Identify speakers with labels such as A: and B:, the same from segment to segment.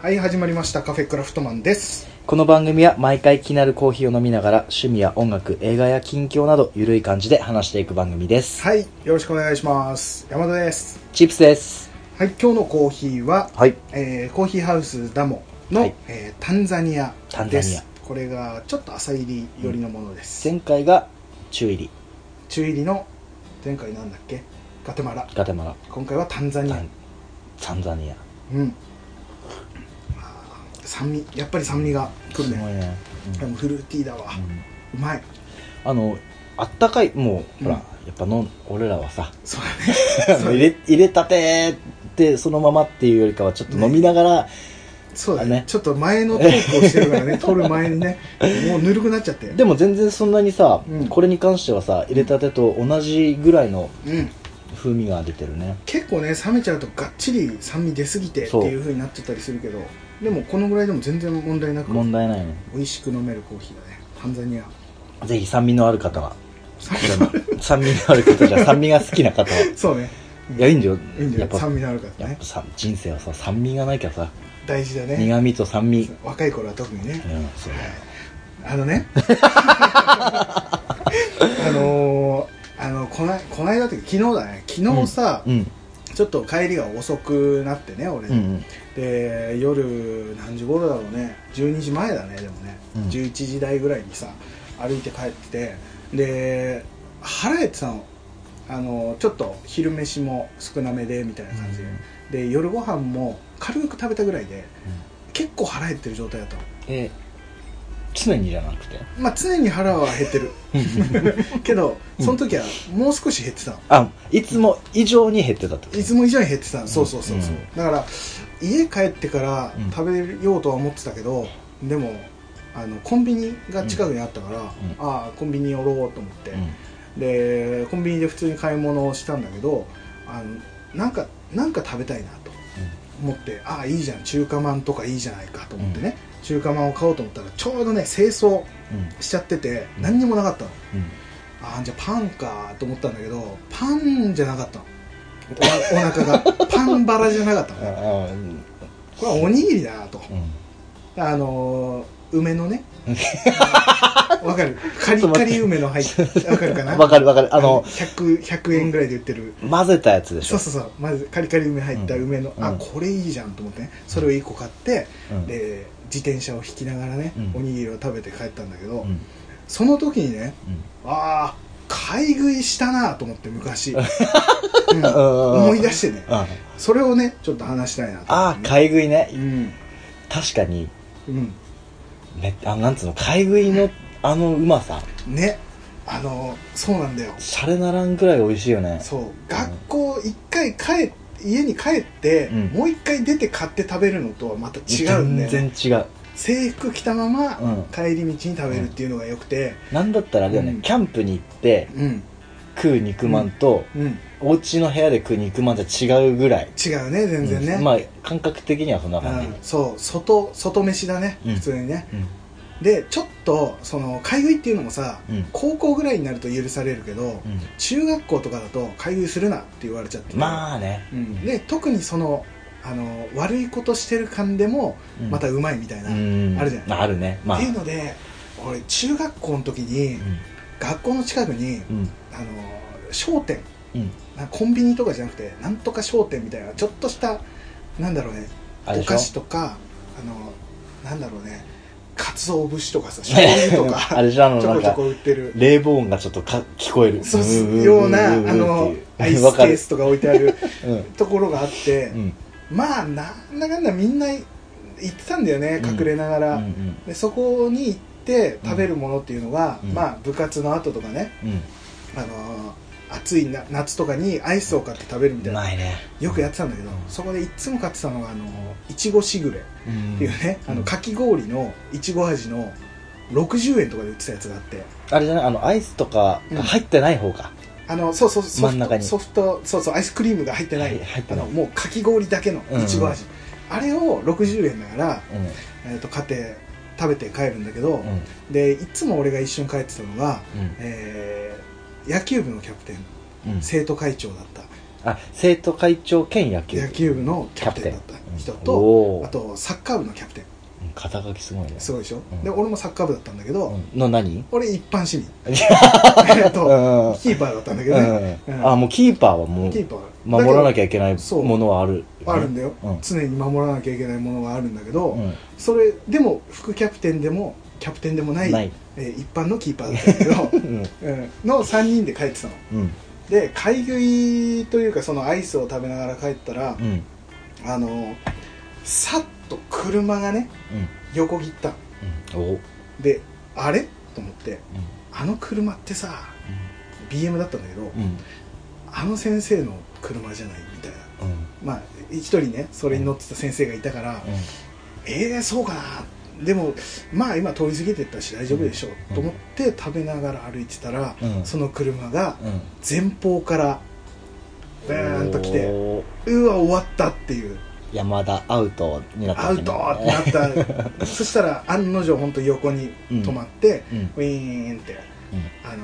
A: はい始まりましたカフェクラフトマンです
B: この番組は毎回気になるコーヒーを飲みながら趣味や音楽、映画や近況などゆるい感じで話していく番組です。
A: はいよろしくお願いします山田です
B: チップスです。
A: はい今日のコーヒーは、
B: はい。
A: えーコーヒーハウスダモの、
B: はい
A: えータンザニア
B: タンザ
A: で
B: ニ
A: す
B: ア
A: これがちょっと浅入り寄りのものです、
B: 前回が中入り、
A: 中入りの前回なんだっけガテマラ
B: ガテマラ、
A: 今回はタンザニ
B: タ
A: ア
B: ンタンザニア。
A: うんあー酸味やっぱり酸味がくる
B: すごい
A: ね
B: ね。
A: でもフルーティーだわ、
B: うんうん
A: うまい
B: あの、あったかい、もう、ほら、
A: うん
B: やっぱの俺らはさ、
A: そう だね そ
B: 入
A: う
B: れ入れたてってそのままっていうよりかはちょっと飲みながら、
A: そうだね
B: あね
A: ちょっと前のトークをしてるから ね撮る前にねもうぬるくなっちゃって
B: でも全然そんなにさ、
A: うん
B: これに関してはさ、入れたてと同じぐらいの
A: うん
B: 風味が出てるね。
A: 結構ね冷めちゃうとがっちり酸味出すぎてって
B: そう
A: いう風になっちゃったりするけどでもこのぐらいでも全然問題なく
B: 問題ないね。
A: 美味しく飲めるコーヒーだねタンザニア
B: ぜひ酸味のある方は。酸味のある方じゃ、酸味が好きな方は。
A: そうね
B: いや、いいんだよ。
A: いいんだ
B: やっ
A: よ
B: ぱ、
A: 酸味のあるから
B: やっ
A: ね
B: ぱさ人生はさ、酸味がないからさ、
A: 大事だね
B: 苦味と酸味。
A: 若い頃は特にね
B: うん、そう。
A: あの ねあのーあのこないこないだっていうか昨日だね昨日さ、
B: うん、
A: ちょっと帰りが遅くなってね俺、
B: うん、うん。
A: で夜何時頃だろうね12時前だねでもね、
B: うん
A: 11時台ぐらいにさ歩いて帰っててで腹減ってたのあのちょっと昼飯も少なめでみたいな感じで,、
B: うん
A: で夜ご飯も軽く食べたぐらいで結構腹減ってる状態だったの
B: え、常にじゃなくて。
A: まあ常に腹は減って るけどその時はもう少し減ってたの
B: あ、いつも以上に減ってたってこと
A: いつも以上に減ってたのそうそうそうそう、
B: うん
A: だから家帰ってから
B: うん
A: 食べようとは思ってたけど、でもあのコンビニが近くにあったから、ああコンビニ寄ろうと思って、
B: う
A: でコンビニで普通に買い物をしたんだけどあのなんかなんか食べたいなと思ってああいいじゃん中華まんとかいいじゃないかと思ってね、中華まんを買おうと思ったらちょうどね清掃
B: ん、うん、
A: しちゃってて何にもなかったの
B: うん。
A: あーじゃあパンかと思ったんだけどパンじゃなかったのおお 腹がパンバラじゃなかったの
B: あ
A: ね
B: あ、うん。
A: これはおにぎりだなと
B: うん
A: あのー梅の ねわかるカリ
B: ちょっと
A: カ
B: 待っ
A: リ
B: て
A: 梅の入ってわかるかな
B: わかるわかる。あの、
A: 100, 100円ぐらいで売ってる
B: 混ぜたやつでし
A: そう
B: ょ。
A: そうそうまずカリカリ梅入った梅の、
B: うん
A: あ
B: うん
A: これいいじゃんと思ってねそれを1個買って、
B: うん
A: で自転車を引きながらね、
B: う
A: お
B: ん
A: にぎりを食べて帰ったんだけど、
B: うん、
A: その時にね
B: うん。
A: ああ買い食いしたなと思って 昔、うん
B: 思
A: 思い出してね
B: あ
A: それをねちょっと話したいなと
B: あー、買い食いね
A: う。ん
B: 確かに、
A: うん
B: めあなんつうの買い食いのあのうまさ
A: ねあのそうなんだよ
B: シャレならんくらい美味しいよね
A: そう学校一回帰っ家に帰って、
B: うん
A: もう一回出て買って食べるのとはまた違うんだよね
B: 全然違う
A: 制服着たまま、
B: うん
A: 帰り道に食べるっていうのがよくて
B: なんだったらあれだよね、
A: うん
B: キャンプに行って
A: うん
B: 食う肉まんと、
A: うん
B: お家の部屋で食う肉まんじゃ違うぐらい
A: 違うね全然ね、
B: うんまあ感覚的にはそんな
A: う
B: 感
A: ん、そう外外飯だね、
B: うん
A: 普通にね
B: じうん
A: でちょっとその買い食いっていうのもさ、
B: うん
A: 高校ぐらいになると許されるけど、
B: うん
A: 中学校とかだと買い食いするなって言われちゃってて
B: まあね
A: うん、で特にそのあの悪いことしてる感でも
B: うん
A: またうまいみたいな、
B: うん
A: あるじゃん、
B: あるねまあ
A: っていうので俺中学校の時に、学校の近くに、
B: うんうん
A: あの商店
B: うん
A: なんかコンビニとかじゃなくてなんとか商店みたいなちょっとしたなんだろうね
B: あ
A: お
B: れでしょ
A: 菓子とかあのなんだろうね鰹節とかさ醤油とか
B: あれじゃあの
A: ちょ
B: な
A: こ
B: ん
A: ちょ
B: か
A: こ売ってる
B: 冷房音がちょっとか聞こえる
A: そうっす
B: んんん
A: ようなあ
B: んん
A: の
B: って
A: ア
B: い
A: イ
B: う
A: ス
B: わ
A: ケ
B: かる
A: ースとか置いてある
B: うん
A: ところがあって、
B: うん
A: まあなんだかんだみんな行ってたんだよね隠れなが
B: うん
A: ら、
B: うん
A: でそこに行って食べるものっていうのが、
B: うん
A: まあ部活の後とかね、
B: うん
A: あのー暑いな夏とかにアイスを買って食べるみた
B: う
A: いな
B: まいね
A: よくやってたんだけど、そこでいっつも買ってたのがあのいちごしぐれっ
B: って
A: いうね、あのかき氷のいちご味の60円とかで売ってたやつがあって
B: あれじゃないあのアイスとかが入ってない方か、
A: あのそうそうソ
B: 真
A: フ
B: ん
A: ト
B: 中に
A: ソフトそうそうアイスクリームが入ってない,、
B: はい入ってない
A: あのもうかき氷だけのいちご味、あれを60円だから、
B: うん
A: えー、と買って食べて帰るんだけど、
B: うん
A: でいつも俺が一緒に帰ってたのが、
B: うん
A: えー野球部のキャプテン
B: うん
A: 生徒会長だった
B: あ生徒会長兼野球部
A: 野球部のキャプテンだった人
B: うんお
A: と
B: ー
A: あとサッカー部のキャプテン
B: うん肩書きすごいね
A: すごいでしょ、
B: うん
A: で俺もサッカー部だったんだけど、
B: うんの何
A: 俺一般 市民えっ
B: うん
A: とキーパーだったんだけどね、
B: う
A: うんん
B: あもうキーパーはもう
A: キーパー
B: 守らな
A: ゃ
B: きゃいけない
A: そう
B: ものはあるよね
A: あるんだよ、
B: うん
A: 常に守らなきゃいけないものがあるんだけど、
B: うん
A: それでも副キャプテンでもキャプテンでもない
B: ない
A: えー一般のキーパーだったんだけど、
B: うん
A: うんの3人で帰ってたの
B: うん
A: で買い食いというかそのアイスを食べながら帰ったら
B: う、ん
A: あのーさっと車がね横切ったの
B: うんおうん
A: であれと思ってあの車ってさ BM だったんだけど、
B: うん
A: あの先生の車じゃないみたいな
B: うんうん
A: まあ一人ねそれに乗ってた先生がいたから、えー、そうかなでもまあ今通り過ぎてったし大丈夫でしょう、
B: うん
A: と思って食べながら歩いてたら、
B: うん
A: その車が
B: うんうん
A: 前方からバーンと来て
B: おー
A: うわ終わったっていう
B: 山田アウトになった
A: アウト
B: わ
A: っ
B: け
A: て
B: ね
A: なった そしたら案の定本当横に止まって、
B: うん
A: ウィーンって、あのー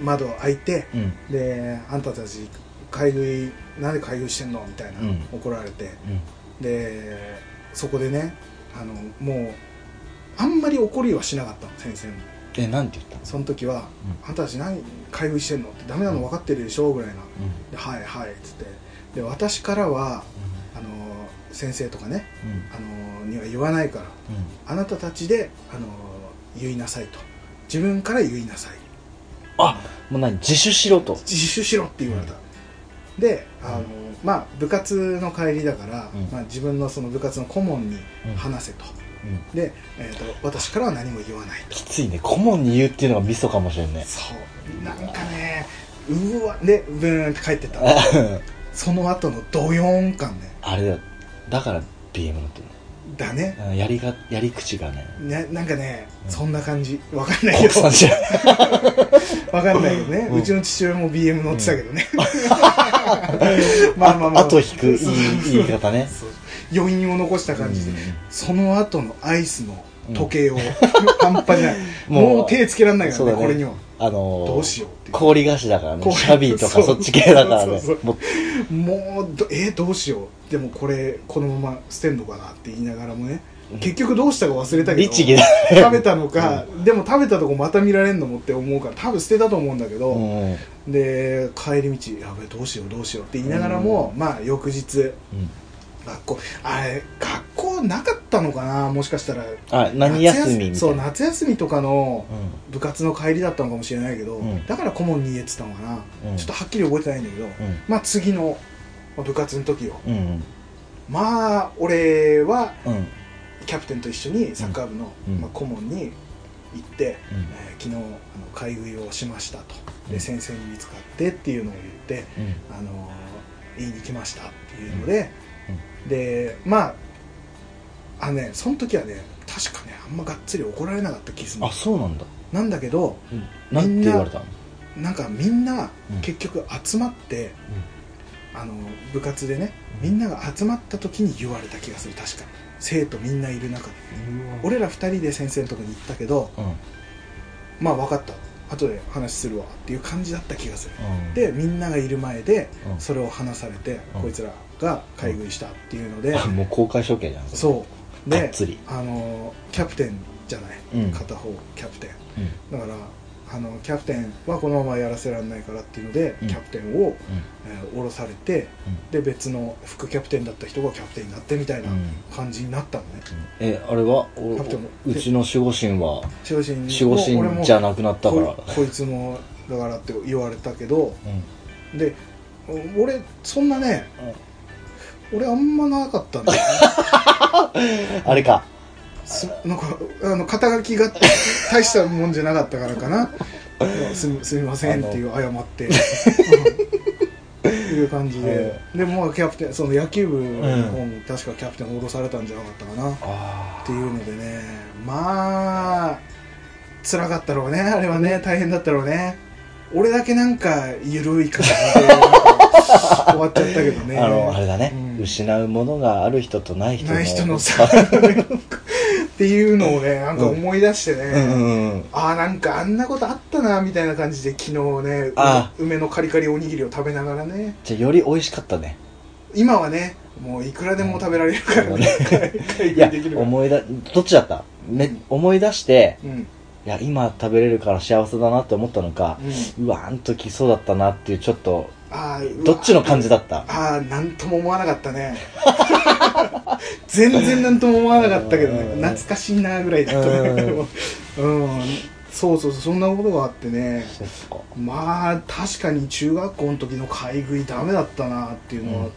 A: 窓開いて、
B: うん
A: で「あんたたち買い食いなんで買い食いしてんの?」みたいな、
B: うん
A: 怒られて
B: うん
A: でそこでねあのもうあんまり怒りはしなかったの先生も
B: えなんて言ったの
A: その時は「
B: う
A: あんたたち何買い食いしてんの?」って「ダメなの分かってるでしょ」ぐらいな「ではいはい」っつってで私からはあの先生とかね
B: う
A: あ
B: んうん
A: のには言わないから
B: うん
A: あなたたちであの言いなさいと自分から言いなさい
B: あもう何自首しろと
A: 自首しろって言われた、であの、まあ、部活の帰りだから、
B: うん
A: まあ、自分のその部活の顧問に話せと、
B: うん
A: で、えー、と私からは何も言わないと
B: きついね顧問に言うっていうのがミソかもしれんね
A: そうなんかねうわでブーンって帰ってったその後のドヨーン感ね
B: あれだだから BM 乗ってる
A: だね
B: のうんやりがやり口がね
A: ねなんかね、
B: うん
A: そんな感じわかん ないけ
B: 国
A: ど
B: 産じゃん
A: わかんないけどね、
B: う
A: うんちの父親も BM 乗ってたけどね、 まあまあまあ
B: あと引くいい
A: そう
B: 言い方ね
A: そう余韻を残した感じで、
B: うん
A: その後のアイスの時計を、半端じゃない
B: もう
A: もう手つけられないか
B: そう
A: らね
B: だね
A: これには
B: あのー
A: どうしようっていう
B: 氷菓子だからね
A: 氷
B: シャビーとか
A: そ
B: そうっち系だからね
A: そうそうそう
B: もう
A: もうどえーどうしようでもこれこのまま捨てんのかなって言いながらもね
B: うん
A: 結局どうしたか忘れたけど
B: 律儀だ
A: 食べたのか、でも食べたとこまた見られんのもって思うから多分捨てたと思うんだけど、
B: うんうん
A: で帰り道やべえどうしようどうしようって言いながらも、まあ翌日学校あれ学校なかったのかなもしかしたら
B: あ何休みみたいな
A: そう夏休みとかの
B: うん
A: 部活の帰りだったのかもしれないけど、
B: うん
A: だから顧問に言えてたのかな、
B: うん
A: ちょっとはっきり覚えてないんだけど、まあ次のまあ部活の時よ
B: うんうん
A: まあ俺は
B: うんうん
A: キャプテンと一緒にサッカー部の、
B: うん
A: まあ、顧問に行って、
B: うん
A: えー昨日あの買い食いをしましたと
B: うん
A: で先生に見つかってっていうのを言って、
B: うん
A: あのー言いに来ましたっていうので、
B: うん
A: でまああのねその時はね確かねあんまがっつり怒られなかった気がする
B: あそうなんだ
A: なんだけど
B: うんなんて言われたの
A: なんかみんな
B: うん
A: 結局集まって、あの部活でねみんなが集まった時に言われた気がする確か生徒みんないる中で俺ら2人で先生のとこに行ったけど
B: うん
A: まあ分かった後で話するわっていう感じだった気がする
B: うん
A: でみんながいる前で
B: うん
A: それを話されて、
B: うん
A: こいつらが買い食いしたっていうので、
B: あもう公開処刑じゃん
A: そう
B: がっ
A: で
B: つり
A: あのキャプテンじゃない、
B: うん
A: 片方キャプテン
B: うんうん
A: だからあのキャプテンはこのままやらせられないからっていうので、
B: うん
A: キャプテンを、えー降ろされてで別の副キャプテンだった人がキャプテンになってみたいな
B: うん
A: 感じになったのね、
B: えあれはお
A: キャプテンも
B: うちの守護神は
A: 守護神も
B: 守護
A: 俺
B: 神
A: も
B: じゃなくなったから
A: こいこいつもだからって言われたけど
B: うん
A: で俺そんなね俺あんまなかったんだよ ね
B: あれか
A: そなんかあの肩書きが大したもんじゃなかったからかな いやすみすみませんっていう謝って、うんいう感じで、でもうキャプテンその野球部の方も確かキャプテンを降ろされたんじゃなかったかな、
B: あ
A: っていうのでねまあ辛かったろうねあれはね大変だったろうね俺だけなんか緩い感じでなんか終わっちゃったけどね
B: あのあれだね、
A: うん
B: 失うものがある人とない人の
A: ない人のさっていうのをねなんか思い出してね、
B: うんうんうん
A: ああなんかあんなことあったなみたいな感じで昨日ね
B: あ
A: 梅のカリカリおにぎりを食べながらね
B: じゃあより美味しかったね
A: 今はねもういくらでも食べられるから
B: もう
A: ね
B: ね
A: 回
B: いや
A: 避できるから
B: 思い出どっちだっため思い出して
A: うんうん
B: いや今食べれるから幸せだなって思ったのか、うわあん時そうだったなっていうちょっと
A: ああ
B: どっちの感じだった
A: ああなんとも思わなかったね 全然なんとも思わなかったけど
B: う
A: ね
B: ん
A: 懐かしいなぐらいだったねうん、そうそうそうそんなことがあってね
B: そっか
A: まあ確かに中学校の時の買い食いダメだったなっていううんのは、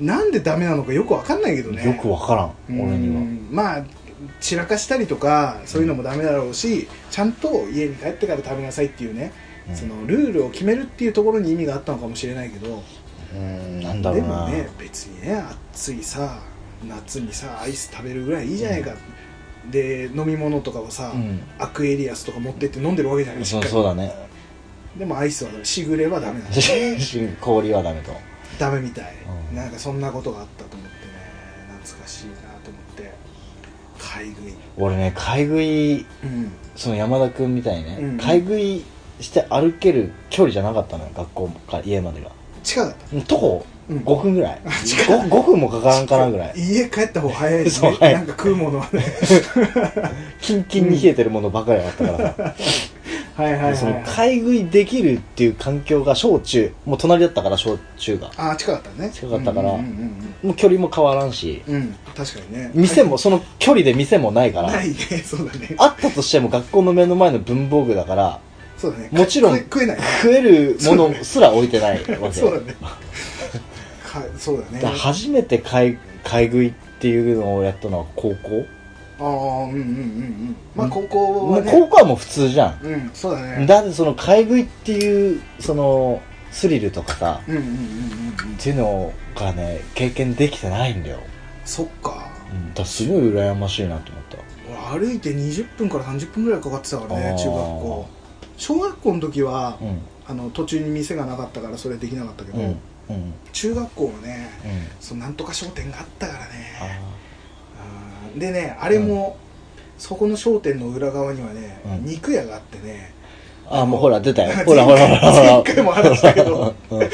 A: なんでダメなのかよくわかんないけどね
B: よくわからん
A: うん
B: 俺に
A: まあ散らかしたりとかそういうのもダメだろうし、ちゃんと家に帰ってから食べなさいっていうね、
B: うん
A: そのルールを決めるっていうところに意味があったのかもしれないけど
B: はうんなんだろ
A: で
B: うな
A: もね別にね暑いさ夏にさアイス食べるぐらいいいじゃないか、で飲み物とかをさ、
B: うん
A: アクエリアスとか持ってって飲んでるわけじゃない
B: そ
A: か
B: う
A: り
B: そうだね
A: でもアイスはしぐれはダメなんだ
B: 氷はダメと
A: ダメみたい、
B: うん
A: なんかそんなことがあったと思ってね懐かしいなと思って買い食い
B: 俺ね買い食い
A: うん
B: その山田君みたいにね、
A: うん
B: 買い食いして歩ける距離じゃなかったのよ学校から家までが
A: 近かった
B: 徒歩
A: うん
B: 5分ぐらい、5, 分もかからんかな ぐらい
A: 家帰った方が早いし、
B: そう
A: ね、
B: 早い
A: なんか食うもの はね
B: キンキンに冷えてるものばかりあったからさ、
A: はいはいはい、
B: その買い食いできるっていう環境が小中もう隣だったから小中が
A: ああ近かったね
B: 近かったから
A: うんうん
B: もう距離も変わらんし
A: うんうん、うん、確かにね
B: 店もその距離で店もないから
A: ないねそうだね
B: あったとしても学校の目の前の文房具だから
A: そうだね
B: もちろん
A: 食え食えないね
B: 食えるものすら置いてないわけ
A: そうだ
B: よ
A: ねかそうだね
B: だから初めて買い買い食いっていうのをやったのは高校、
A: ああうんうんうんうんまあ
B: うん
A: 高校
B: も
A: は
B: う
A: ね
B: 高校はもう普通じゃん
A: うんそうだね
B: だってその買い食いっていうそのスリルとかさ
A: うんうんうんうんうん
B: っていうのがね経験できてないんだよ、
A: そっか
B: うん、だからすごい羨ましいなと思った
A: 俺歩いて20分から30分ぐらいかかってたからね
B: あー
A: 中学校小学校の時は、
B: うん
A: あの途中に店がなかったからそれできなかったけど、
B: うんうん
A: 中学校はね
B: うん
A: そのなんとか商店があったからね
B: あ
A: あーでねあれも、そこの商店の裏側にはね、
B: うん
A: 肉屋があって ね
B: ーあーもうほら出たよ
A: 前
B: ほらほらほら
A: 回前
B: ほ
A: 回も話したけど
B: ら、うん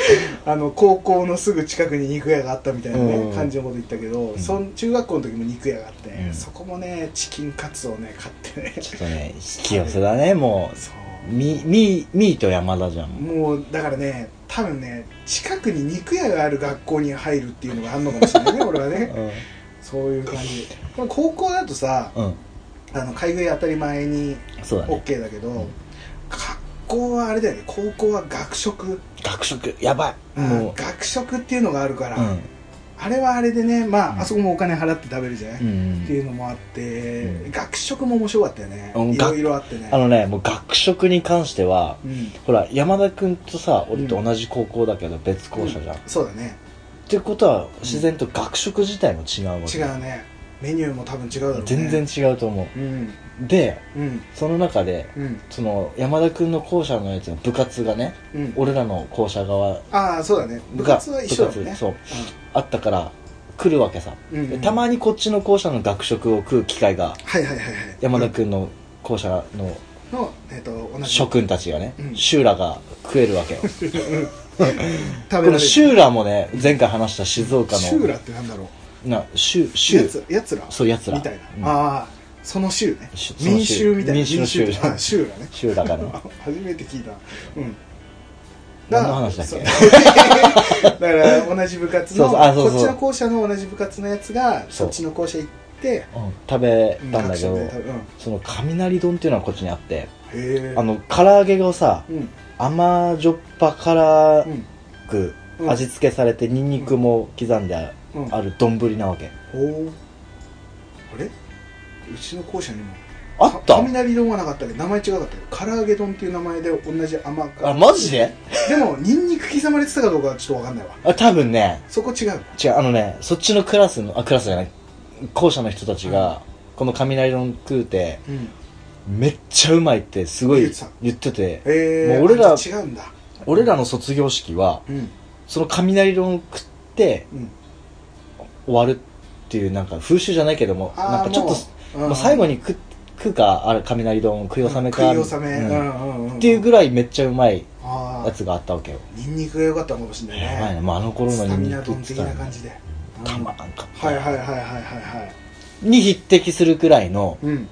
A: あの高校のすぐ近くに肉屋があったみたいなね、
B: うん
A: 感じのこと言ったけど、
B: ん
A: そん中学校の時も肉屋があって、
B: うん
A: そこもねチキンカツをね買って ね
B: ちょっとね引き寄せだねもう
A: そう
B: みみみーと山田じゃんも
A: もうだからね多分ね近くに肉屋がある学校に入るっていうのがあるのかもしれ ないね俺は
B: う
A: ねそういう感じまあ高校だとさ
B: うん、うん、
A: あの買い食い当たり前に
B: そうだね
A: OK だけど、
B: ん
A: 学校はあれだよね高校は学食
B: 学食やばいもう
A: 学食っていうのがあるから、
B: うん
A: あれはあれでねまあ、
B: うん
A: あそこもお金払って食べるじゃない、
B: う
A: ってい
B: ん
A: うのもあって、
B: うん
A: 学食も面白かったよね、
B: うん
A: いろいろあってね
B: あのねもう学食に関しては
A: うん
B: ほら山田君とさ俺と同じ高校だけど別校舎じゃん、っ
A: そうだね
B: てことは自然と学食自体も違うわけ
A: 違うねメニューも多分違うだろうね
B: 全然違うと思
A: うん
B: うで
A: うん
B: その中で
A: うん
B: その山田君の校舎のやつの部活がね
A: うん
B: 俺らの校舎側
A: ああそうだね部
B: が
A: 活は一緒だもん
B: 部
A: ね
B: 活そうあったから来るわけさ、
A: うんうん
B: でたまにこっちの校舎の学食を食う機会が
A: はいはいはいはい
B: 山田君の校舎の
A: の、えっと同じ
B: 諸君たちがね、
A: うん
B: シューラが食えるわけよこ
A: 食べられ
B: の
A: る
B: シューラもね前回話した静岡の
A: シューラってなんだろう
B: なシュシ
A: や
B: ュ
A: つやつら
B: そうやつら
A: みたいな、
B: うん
A: ああその州ね
B: しその州
A: 民衆みたいな
B: 民衆の州
A: あ州らね
B: シューラがね
A: 初めて聞いたうん
B: 何の話だっけ
A: け だから同じ部活
B: そう
A: の
B: そうあそうそう
A: こっちの校舎の同じ部活のやつが
B: そう
A: そっちの校舎行って
B: うん食べ
A: うん
B: たんだけ
A: 学食
B: ど、
A: で食べうんへ
B: その雷丼っていうのはこっちにあって
A: え
B: あの唐揚げがさ
A: うん
B: 甘じょっぱ辛
A: うん
B: く
A: うん
B: 味付けされてニンニクも刻んであ
A: うん
B: ある丼なわけ
A: おーあれうちの校舎にも
B: あっ
A: か
B: た
A: 雷丼はなかったけど名前違かったよ唐揚げ丼っていう名前で同じ甘か
B: あマジで
A: でもニンニク刻まれてたかどうかはちょっとわかんないわ
B: あ多分ね
A: そこ違う
B: 違うあのねそっちのクラスのあクラスじゃない校舎の人たちが、この雷丼食うて
A: うん
B: めっちゃうまいってすご
A: 言
B: い
A: ってた
B: 言ってて
A: えー、
B: もう俺ら
A: あ違うんだ
B: 俺らの卒業式は
A: うん
B: その雷丼食って
A: うん
B: 終わるっていうなんか風習じゃないけども
A: あー
B: なんかちょっと
A: もうん
B: もう最後に食食うかあれ雷丼食い納めか
A: 食い納め、
B: う
A: うんんうんうん、
B: っていうぐらいめっちゃうまい
A: あ
B: やつがあったわけよ
A: あニンニクが良かったのかもしれないね
B: やばいねもうあの頃の
A: スタミ
B: ニンニ
A: ナ
B: ク
A: 丼的
B: た
A: な
B: ら
A: 感じで、うん
B: たま
A: は
B: らんかった
A: いはいはいはいはいはい
B: に匹敵するくらいの、
A: うん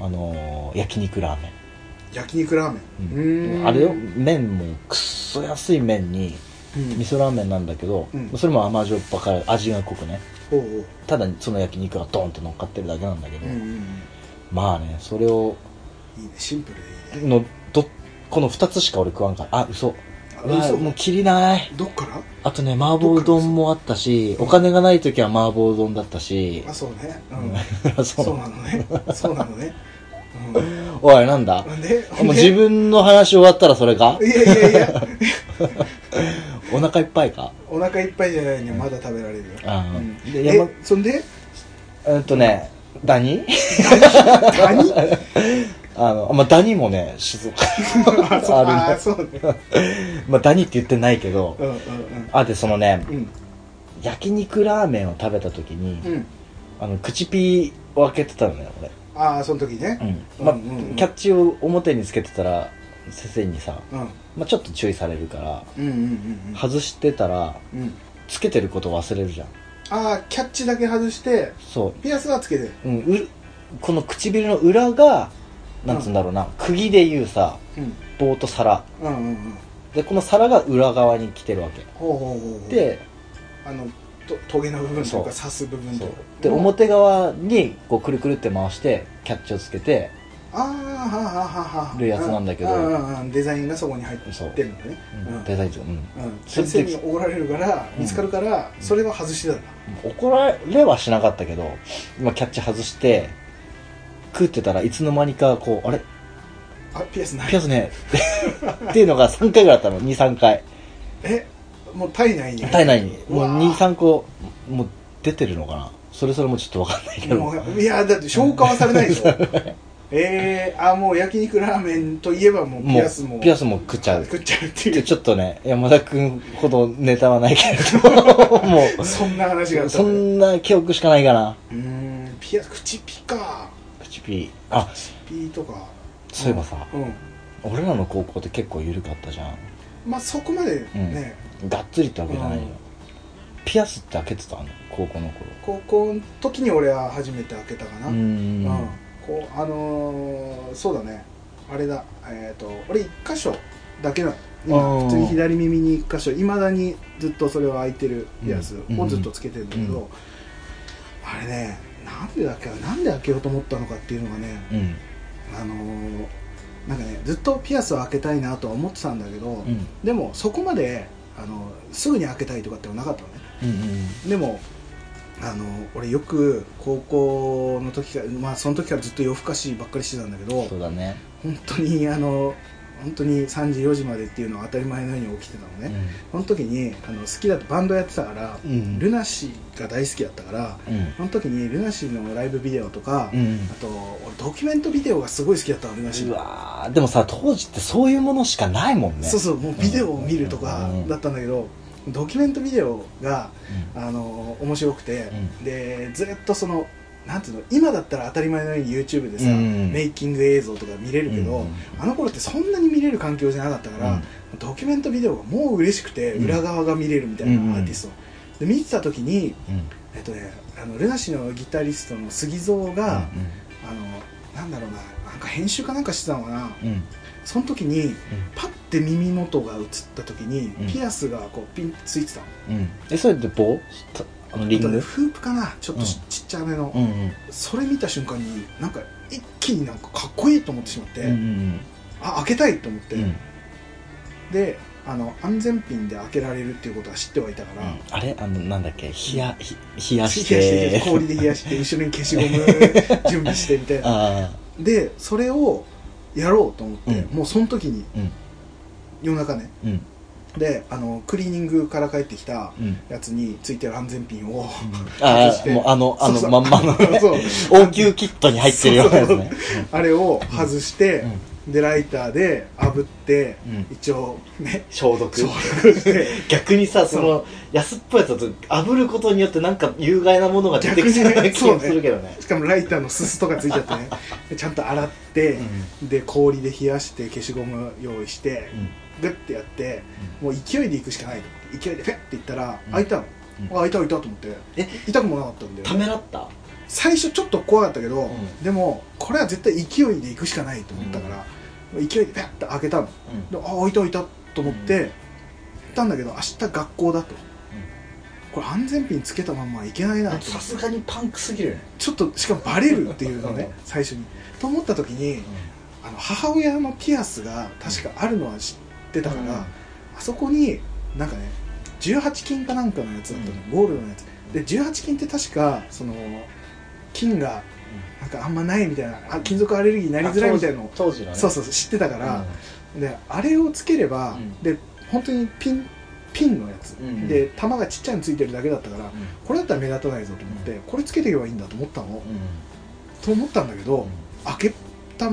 B: あのー焼肉ラーメン
A: 焼肉ラーメン、うーん
B: あれよ麺もくっそ安い麺に
A: うん
B: 味噌ラーメンなんだけど、
A: うん
B: それも甘じょっぱから味が濃くね
A: おうおう
B: ただその焼肉がドンって乗っかってるだけなんだけど、
A: うんうんうん
B: まあねそれを
A: いいねシンプルでいいね
B: のどこの2つしか俺食わんからあ嘘
A: あ
B: うわ
A: 嘘
B: もう切りない
A: どっから
B: あとね麻婆丼もあったしお金がない時は麻婆丼だったし
A: あそうねうん
B: あそう
A: そうなのねそうなのね、う
B: おいなんだ
A: ん、で
B: もう自分の話終わったらそれか
A: いやいやいや
B: お腹いっぱいか
A: お腹いっぱいじゃないねまだ食べられるよ、
B: ああ
A: うん
B: で山
A: えそんで
B: うんとねダニ
A: カニ
B: あの、まあ、ダニもね静岡
A: あそう
B: ある
A: あ
B: ね
A: そうね
B: まあダニって言ってないけど
A: うんうん
B: あでそのね
A: うん
B: 焼肉ラーメンを食べた時に、
A: うんうん
B: あの口ピーを開けてたのね俺
A: ああその時ね
B: うんまあ
A: うんうんうん
B: キャッチを表につけてたら先生にさ、
A: うん
B: まあ、ちょっと注意されるから
A: うんうんうん
B: 外してたら
A: うんうん
B: つけてること忘れるじゃん
A: ああキャッチだけ外して
B: そ
A: ピアスはつけてる
B: う,、うん、うこの唇の裏がなんつうんだろうな、釘でいうさ
A: うん
B: 棒と皿
A: うんうんうん
B: でこの皿が裏側に来てるわけ
A: ほうほうほうほう
B: で
A: あのとトゲの部分
B: そ
A: と
B: う
A: か刺す部分
B: そ
A: と
B: う
A: か
B: で
A: うん
B: 表側にこうくるくるって回してキャッチをつけて
A: ああはあはあはあ
B: るやつなんだけど
A: ううんうんデザインがそこに入ってるのね
B: う
A: う
B: ん
A: ん
B: デザインとかうん
A: うん先生におられるから見つかるからそれは外してたんだ
B: 怒られはしなかったけど、まあ、キャッチ外して食ってたらいつの間にかこうあれ
A: あピアスない
B: ピアスねっていうのが3回ぐらいあったの23回
A: えもう体内に
B: 体内にもう
A: わあ
B: 23個もう出てるのかなそれそれもちょっと分かんないけど
A: もういやだって消化はされないでし ょえー、あもう焼肉ラーメンといえばもう
B: も
A: ピ
B: う
A: アスも
B: ピアスも食っちゃう
A: 食っちゃうってい
B: で
A: う
B: ちょっとね山田君ほどネタはないけど も
A: そんな話があ
B: う
A: った
B: そ
A: のね
B: んな記憶しかないかな
A: うーんピアス口ピか
B: 口ピーあ
A: ピーとか
B: そういえばさ、
A: うん
B: 俺らの高校って結構緩かったじゃん
A: まあそこまでね、
B: がっつりってわけじゃない
A: う
B: よ、
A: ん
B: ピアスって開けてたの高校の頃
A: 高校の時に俺は初めて開けたかな
B: う
A: うん
B: ん
A: こうあのーそうだねあれだえっ、と俺一箇所だけなの
B: あー
A: 今普通に左耳に一箇所いまだにずっとそれは開いてるピアス
B: うん
A: をずっとつけてるんだけど、
B: うん
A: あれねなんでだっけなんで開けようと思ったのかっていうのがね
B: うん
A: あのーなんかねずっとピアスを開けたいなとは思ってたんだけど、
B: うん
A: でもそこまであのすぐに開けたいとかってのはなかったのね
B: うん
A: でもあの俺よく高校の時からまあその時からずっと夜更かしばっかりしてたんだけど
B: そうだね
A: 本当にあの本当に3時4時までっていうのは当たり前のように起きてたのね、その時にあの好きだとバンドやってたから、
B: うんうん
A: ルナシーが大好きだったから
B: うん
A: その時にルナシーのライブビデオとか、
B: うん
A: あと俺ドキュメントビデオがすごい好きだったのルナシー
B: うわーでもさ当時ってそういうものしかないもんね
A: そうそうもうビデオを見るとか
B: うん
A: だったんだけど、ドキュメントビデオが
B: う
A: あの面白くて、
B: う
A: でずっとそのなんていうの今だったら当たり前のように YouTube でさ、
B: うん
A: メイキング映像とか見れるけど、
B: うん
A: あの頃ってそんなに見れる環境じゃなかったから、ドキュメントビデオがもう嬉しくて
B: うん
A: 裏側が見れるみたいな
B: うん
A: アーティストの、で見てた時に、
B: うんうん
A: えっとね、あのルナ氏のギタリストの杉蔵が、あのなんだろうななんか編集かなんかしてたのかな
B: うんうん
A: その時にパッて耳元が映った時に、
B: うん
A: ピアスがこうピンってついてたの。
B: うんえそれって棒たあのリン
A: あとね
B: グ
A: フープかなちょっとし
B: うん
A: ちっちゃめの、
B: うんうん
A: それ見た瞬間になんか一気になんかかっこいいと思ってしまって、
B: うんうん
A: あ開けたいと思って、
B: うんうん
A: であの安全ピンで開けられるっていうことは知ってはいたから、
B: あれあのなんだっけ冷やひ冷やし
A: 冷や
B: て
A: して氷で冷やして後ろに消しゴム準備してみたいな
B: あ
A: でそれをやろうと思って、
B: うん
A: もうその時に
B: あうん
A: 夜中ね
B: うん
A: であのクリーニングから帰ってきた
B: うん
A: やつについてる安全ピンを、
B: あ
A: 外し
B: あ
A: て
B: もうあのあの
A: そうそう
B: まんまのね
A: そう
B: 応急キットに入ってるようなやつね
A: あれを外して、
B: うん
A: でライターで炙って、
B: うん
A: 一応ね
B: 消毒
A: 消毒して
B: 逆にさその安っぽいやつだと炙ることによってなんか有害なものが出てきそう
A: 逆
B: な
A: にね
B: 気がするけどね
A: しかもライターのすすとかついちゃってねでちゃんと洗って、で氷で冷やして消しゴム用意して、グッてやってもう勢いで行くしかないと思って勢いでフェッていったら、
B: うん
A: 開いたの、
B: うん
A: あ開いた開いたと思って
B: え
A: 痛くもなかったんで
B: ためらった
A: 最初ちょっと怖かったけど、
B: ん
A: でもこれは絶対勢いで行くしかないと思ったから、勢いでペッて開けたのであ開いた開いたと思って、
B: うん
A: 行ったんだけど明日学校だと、これ安全ピンつけたまんまいけないなと思って
B: さすがにパンクすぎるよね
A: ちょっとしかもバレるっていうのね最初にと思った時にあの母親のピアスが確かあるのは知ってたから、
B: うん
A: あそこになんかね18金かなんかのやつだったの、ゴールドのやつで18金って確かその金がなんかあんまないみたいなあ金属アレルギーになりづらいみたいなの
B: 当時当時のね
A: そう
B: う
A: そうそう知ってたか、
B: から
A: であれをつければ、
B: うん
A: で本当にピンピンのやつ、
B: うん
A: で玉がちっちゃいのついてるだけだったからこれだったら目立たないぞと思って、これつけていけばいいんだと思ったの、と思ったんだけど、開けた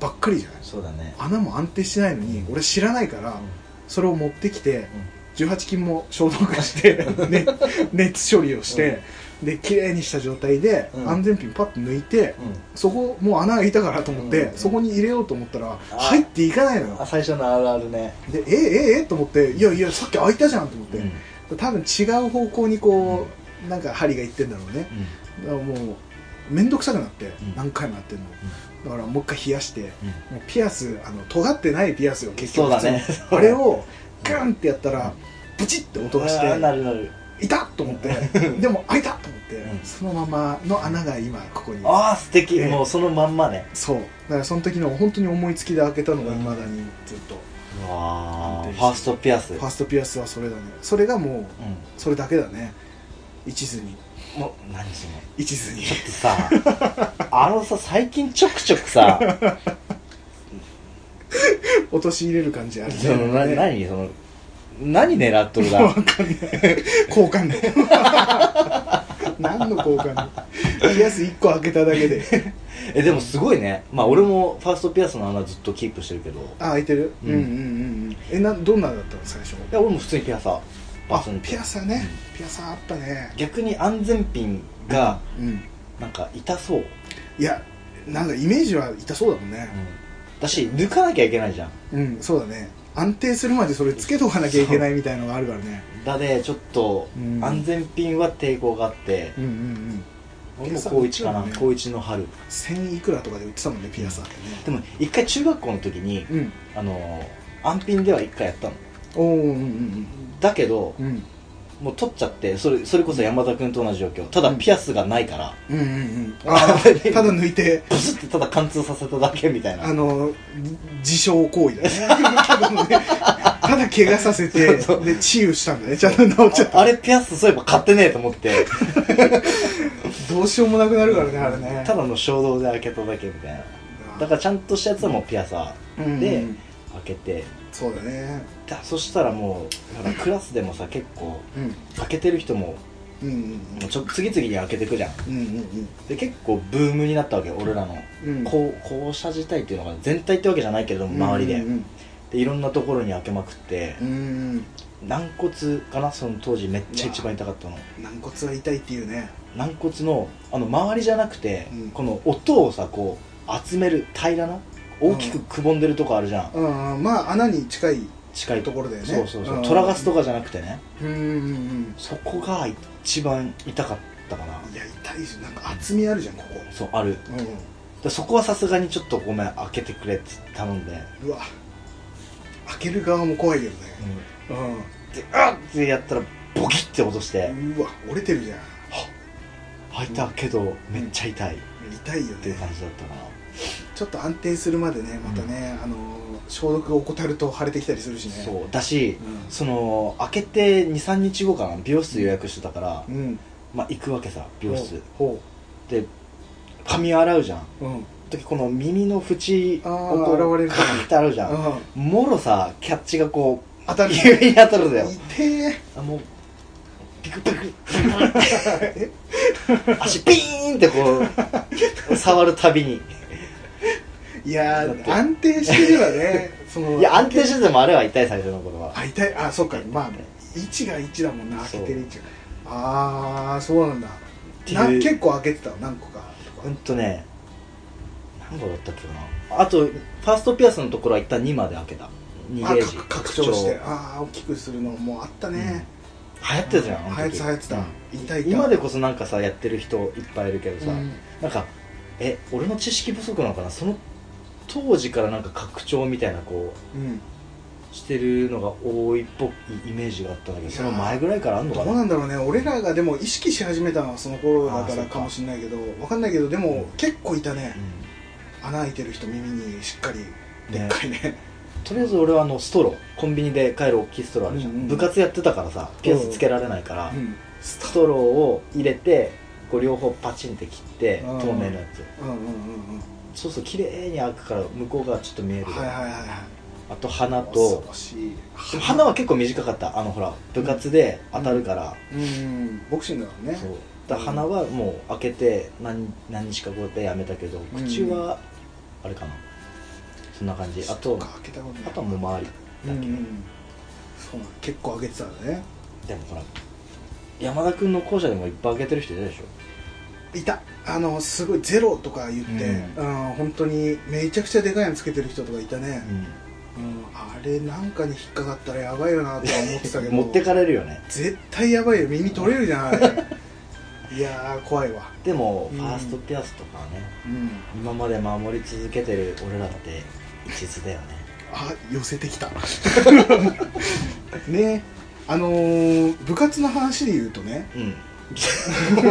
A: ばっかりじゃない
B: そうだね
A: 穴も安定してないのに俺知らないから、それを持ってきて、18金も消毒して、 ね、熱処理をして、で綺麗にした状態で、
B: うん
A: 安全ピンパッと抜いて
B: うん
A: そこもう穴開いたからと思って、
B: うん
A: そこに入れようと思ったら
B: ー
A: 入っていかないの
B: あ
A: よ
B: 最初のあるあるね
A: でええええと思っていやいやさっき開いたじゃんと思って、多分違う方向にこう、なんか針がいってんだろうね、だからもう面倒くさくなって、
B: ん
A: 何回もやってるの、だからもう一回冷やして、もうピアスあの尖ってないピアスを結
B: そう
A: 局
B: だね
A: 普通にあれをガンってやったら、ブチッて音がし
B: うわーな
A: て
B: るなる
A: 痛っと思ってでも開いたと思って、
B: うん
A: そのままの穴が今ここに
B: ああ素敵
A: ええ
B: もうそのまんまね
A: そうだからその時の本当に思いつきで開けたのがいまだにずっと、
B: わ
A: ー
B: ファーストピアス
A: ファーストピアスはそれだねそれがもう
B: う
A: それだけだね一途に
B: んもう何その
A: 一途 に
B: ちょっとさ あのさ最近ちょくちょ くさ
A: 落とし入れる感じあるね
B: そのな何その何狙っとる だ
A: わかんない交換で 何の交換でピアス1個開けただけ で
B: えでもすごいねまあ俺もファーストピアスの穴ずっとキープしてるけどい
A: あ開いてる、
B: う
A: うんん、うんうんうんえなどんなだったの最初
B: や俺も普通にピアサーバ
A: あ
B: スに
A: ピアサーね、ピアサーあったね
B: 逆に安全ピンが
A: うん
B: なんか痛そう、
A: いやなんかイメージは痛そうだもんね
B: だし抜かなきゃいけないじゃん
A: うん、そうだね安定するまでそれつけとかなきゃいけないみたいのがあるからね
B: だでちょっと
A: うん
B: 安全ピンは抵抗があって
A: うんうんうん
B: 俺も高1かな
A: ピアサー
B: 高1の春
A: 1000いくらとかで売ってたもんねピアサーって
B: でも一回中学校の時に
A: ね
B: あの安ピンでは一回やったの
A: うんおーうんうん
B: だけど
A: うんうん
B: もう取っちゃってそれそれこそ山田君と同じ状況ただピアスがないから、
A: うんうんうんあー ただ抜いて
B: ブスってただ貫通させただけみたい
A: あ
B: な
A: の自傷行為だね ただのねただ怪我させて
B: そうそう
A: で治癒したんだねちゃんと治っちゃっ
B: ああれピアスそういえば買ってねえと思って
A: たどうしようもなくなるからねあれね
B: ただの衝動で開けただけみたいなだからちゃんとしたやつはもうピアサ
A: ら
B: ーで開けて、
A: そうだね
B: だそしたらもうほらクラスでもさ結構
A: うん
B: 開けてる人も
A: うん
B: もうちょ次々に開けてくじゃん
A: うんうんうん
B: で結構ブームになったわけ俺らの
A: うんうん
B: こう校舎自体っていうのが全体ってわけじゃないけれども周りで,、
A: うん
B: でいろんなところに開けまくって
A: うんうん
B: 軟骨かなその当時めっちゃ一番痛かったの
A: 軟骨は痛いっていうね
B: 軟骨のあの周りじゃなくて、
A: うん
B: この音をさこう集める平らな大きくくぼんでるとこあるじゃん、
A: うんうんまあ穴に近い
B: 近い
A: ところだよね
B: そうそうそう、
A: うん
B: トラガスとかじゃなくてね
A: うんうんうん
B: そこが一番痛かったかない
A: や痛いしなんか厚みあるじゃんここ
B: そうある
A: う
B: でそこはさすがにちょっとごめん開けてくれって頼んで、
A: んうわ開ける側も怖いけどねうん
B: であっってやったらボキッて落として、
A: うわ折れてるじゃん
B: 開いたけどめっちゃ痛いっ
A: 痛いよ
B: ていう
A: ね
B: 感じだったかな、
A: ちょっと安定するまでねまたね、あの消毒を怠ると腫れてきたりするしね
B: そうだし、
A: うん
B: その開けて23日後かな美容室予約してたから、
A: うん
B: まあ行くわけさ美容室
A: ほ
B: で髪洗うじゃん
A: うほううん
B: 時この耳の縁
A: あ
B: を
A: ー
B: こう
A: 洗われる
B: カ
A: か
B: ーってあるじゃん
A: あ
B: もろさキャッチがこう
A: 当たる痛
B: 指に当たるんだよ
A: え
B: あもうピクピ ク足ピーンってこう触るたびに
A: いや
B: だって
A: ー安定してるわ ねその
B: いや安定しててもあれは痛い最初の頃は
A: あ痛いあそっかまあ1が1だもんな
B: そ
A: 開
B: う
A: けてる位置がああそうなんだ
B: ていう
A: な結構開けてたの何個かとか
B: うんとね何個だったっけなあとファーストピアスのところは一旦2まで開けた2
A: あ
B: ゲー
A: か
B: ジ
A: 拡張してああ大きくするのもあったね、
B: 流行ってたじゃんあの時
A: 流行ってた流行ってた
B: うん
A: 痛い痛い
B: 今でこそなんかさやってる人いっぱいいるけどさ、
A: うん
B: なんかえ俺の知識不足なのかなその当時からなんか拡張みたいなこう
A: うん
B: してるのが多いっぽいイメージがあったんだけどその前ぐらいからあんの
A: ど
B: か
A: う
B: な
A: なんだろうね俺らがでも意識し始めたのはその頃だからかもしれないけどわかんないけどでも結構いたね穴開いてる人耳にしっかり
B: うん
A: でっ
B: ね
A: かいね
B: とりあえず俺はあのストローコンビニで買える大きいストローあるじゃん、
A: うんうん
B: 部活やってたからさピアスつけられないから、
A: うん
B: ストローを入れてこう両方パチンって切って
A: うん
B: 透明のやつ
A: うんうんうんうん
B: そうすると綺麗に開くから向こうがちょっと見える、
A: はいはいはいはい
B: あと花と
A: 恐ろしい
B: でも花は結構短かったあのほら部活で当たるから、
A: うんボクシングだからね
B: そうだから花はもう開けて何何日か後でやめたけど
A: ん
B: 口はあれかな、そんな感じあ
A: そ
B: と
A: っか開けたことない
B: あとはもう周りだけ、
A: うんうんそうなん結構開けてたんだね
B: でもほら山田君の校舎でもいっぱい開けてる人いたでしょ
A: いたあのすごいゼロとか言って、う
B: うん
A: 本当にめちゃくちゃでかいのつけてる人とかいたね、
B: う
A: うんあれなんかに引っかかったらやばいよなとは思ってたけど
B: 持ってかれるよね
A: 絶対やばいよ 耳取れるじゃんあれいやー怖いわ
B: でも、
A: うん
B: ファーストピアスとかはね
A: うん
B: 今まで守り続けてる俺らって一途だよね
A: あ寄せてきた ねあのー部活の話で言うとね
B: うん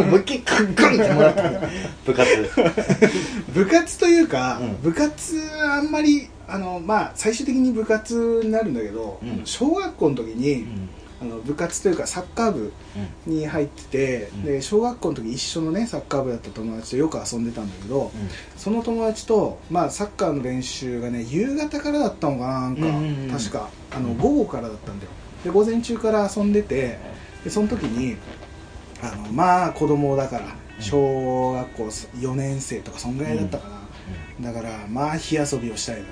B: 思いっきりクンクンってもら った部活
A: 部活というか、
B: うん
A: 部活あんまりあのまあ最終的に部活になるんだけど、
B: うん
A: 小学校の時
B: う
A: に、
B: ん
A: あの部活というかサッカー部に入ってて、
B: うん
A: で小学校の時一緒のねサッカー部だった友達とよく遊んでたんだけど、
B: う
A: その友達と、まあ、サッカーの練習がね夕方からだったのかななんか、
B: うんうんうん
A: 確かあ
B: う
A: の
B: ん
A: 午後からだったんだよで午前中から遊んでてでその時にあのまあ子供だから
B: ん
A: 小学校4年生とかそんぐらいだったかな、だからまあ火遊びをしたいのよ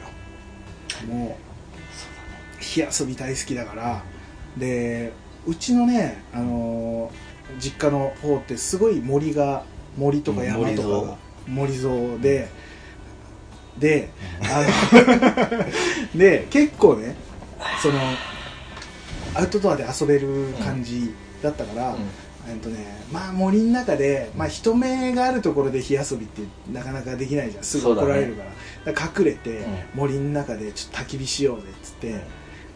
A: もう火遊び大好きだからでうちのね、あのー実家の方ってすごい森が森とか山とかが、森蔵で、であので結構ねそのアウトドアで遊べる感じだったから、えっとねまあ、森の中で、まあ、人目があるところで火遊びってなかなかできないじゃんすぐ
B: そうだ
A: 怒
B: ね
A: られるから,、隠れて、
B: うん
A: 森の中でちょっと焚き火しようぜっつって、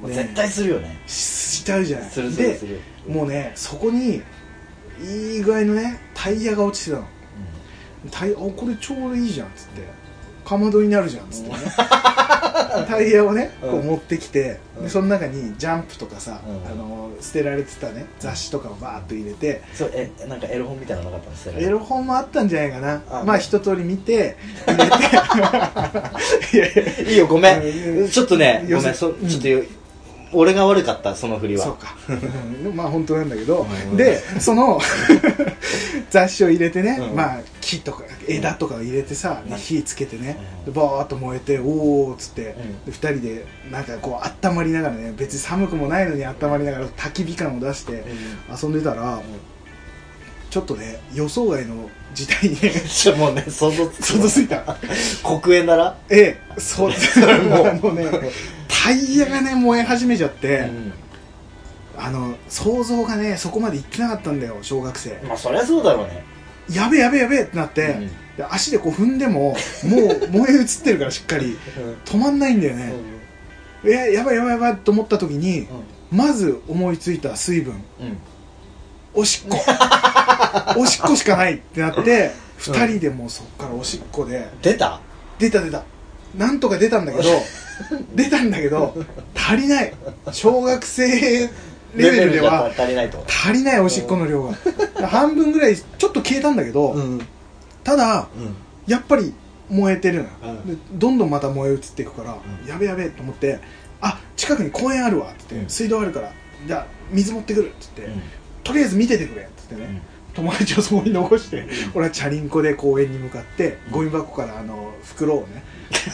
B: もう絶対するよね
A: ししちゃうじゃない
B: するする
A: です
B: る
A: もうねそこにいい具合のねタイヤが落ちてたのタイあこれちょうどいいじゃんっつってかまどになるじゃんっつってね タイヤをねこ
B: う
A: うん持ってきて、
B: うん
A: でその中にジャンプとかさ、
B: うん
A: あの捨てられてたね雑誌とかをバーッと入れて、
B: そうえなんかエロ本みたいなのなかったんですよ
A: エロ本もあったんじゃないかな
B: あ
A: まあ一通り見て入れていやいや
B: いいよごめ
A: うん
B: んちょっとね
A: よ
B: ご
A: せ
B: めんそ
A: うん
B: ちょっとよ俺が悪かったその振り
A: そう
B: は
A: か うんでもまあ本当なんだけど
B: うん
A: でその 雑誌を入れてね、
B: うん
A: まあ木とか枝とかを入れてさ、
B: うん
A: 火つけてね
B: う
A: でバーッと燃えておーっつって、
B: うん
A: で2人でなんかこう温まりながらね別に寒くもないのに温まりながら焚き火感を出して遊んでたら、ちょっとね予想外の事態に
B: ちょもうね想像つ
A: 想像ついた
B: 黒煙なら
A: ええそう
B: もう
A: あのねタイヤがね燃え始めちゃって、あの想像がねそこまでいってなかったんだよ小学生
B: まあそりゃそうだろうね
A: やべえやべえやべえってなって、
B: うん
A: で足でこう踏んでももう燃え移ってるからしっかり止まんないんだよね、えやばいやばいやばいと思った時にまず思いついた水分おし っこおしっこしかないってなって2人でもうそこからおしっこで
B: 出た
A: 出た出たなんとか出たん だけど出たんだけど足りない小学生レベルでは
B: 足りないと
A: 足りないおしっこの量が半分ぐらいちょっと消えたんだけど、
B: ん
A: ただやっぱり燃えてるのよ、
B: う
A: で
B: ん
A: どんどんまた燃え移っていくから、
B: うん
A: やべやべと思ってあ近くに公園あるわって言って、
B: うん
A: 水道あるからじゃあ水持ってくるって言って、とりあえず見ててくれって言ってね、友達をそこに残して俺はチャリンコで公園に向かってゴミ箱からあの袋をね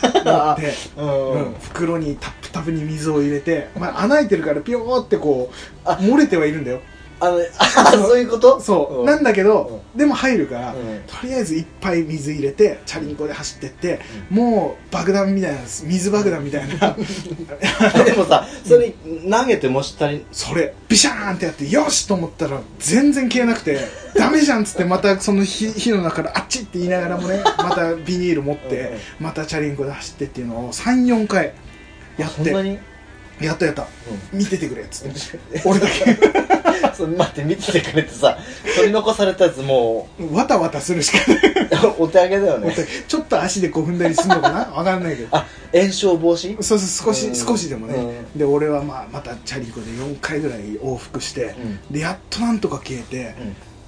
A: 持って、うん袋にタップタプに水を入れて、まあ、穴開いてるからピヨーってこう
B: あ
A: 漏れてはいるんだよ
B: あのあそういうこと
A: そう、
B: ん
A: なんだけど、でも入るから、
B: うん
A: とりあえずいっぱい水入れてチャリンコで走ってって、もう爆弾みたいな水爆弾みたいな
B: でもさそれ投げてもしたり
A: それビシャーンってやってよしと思ったら全然消えなく てダメじゃんっつってまたその火火の中からあっちって言いながらもねまたビニール持ってまたチャリンコで走ってっていうのを34回やっ
B: そんな
A: て
B: に
A: やったやった見ててくれっつって 俺だけ
B: そう待って見ててくれてさ取り残されたやつも
A: わたわたするしかないう
B: お手上げだよ ね
A: ちょっと足でこう踏んだりするのかなわかんないけど
B: あ炎症防止
A: そうそう少し、
B: うん
A: 少しでもね、で俺はまあまたチャリコで4回ぐらい往復して、でやっとなんとか消えて、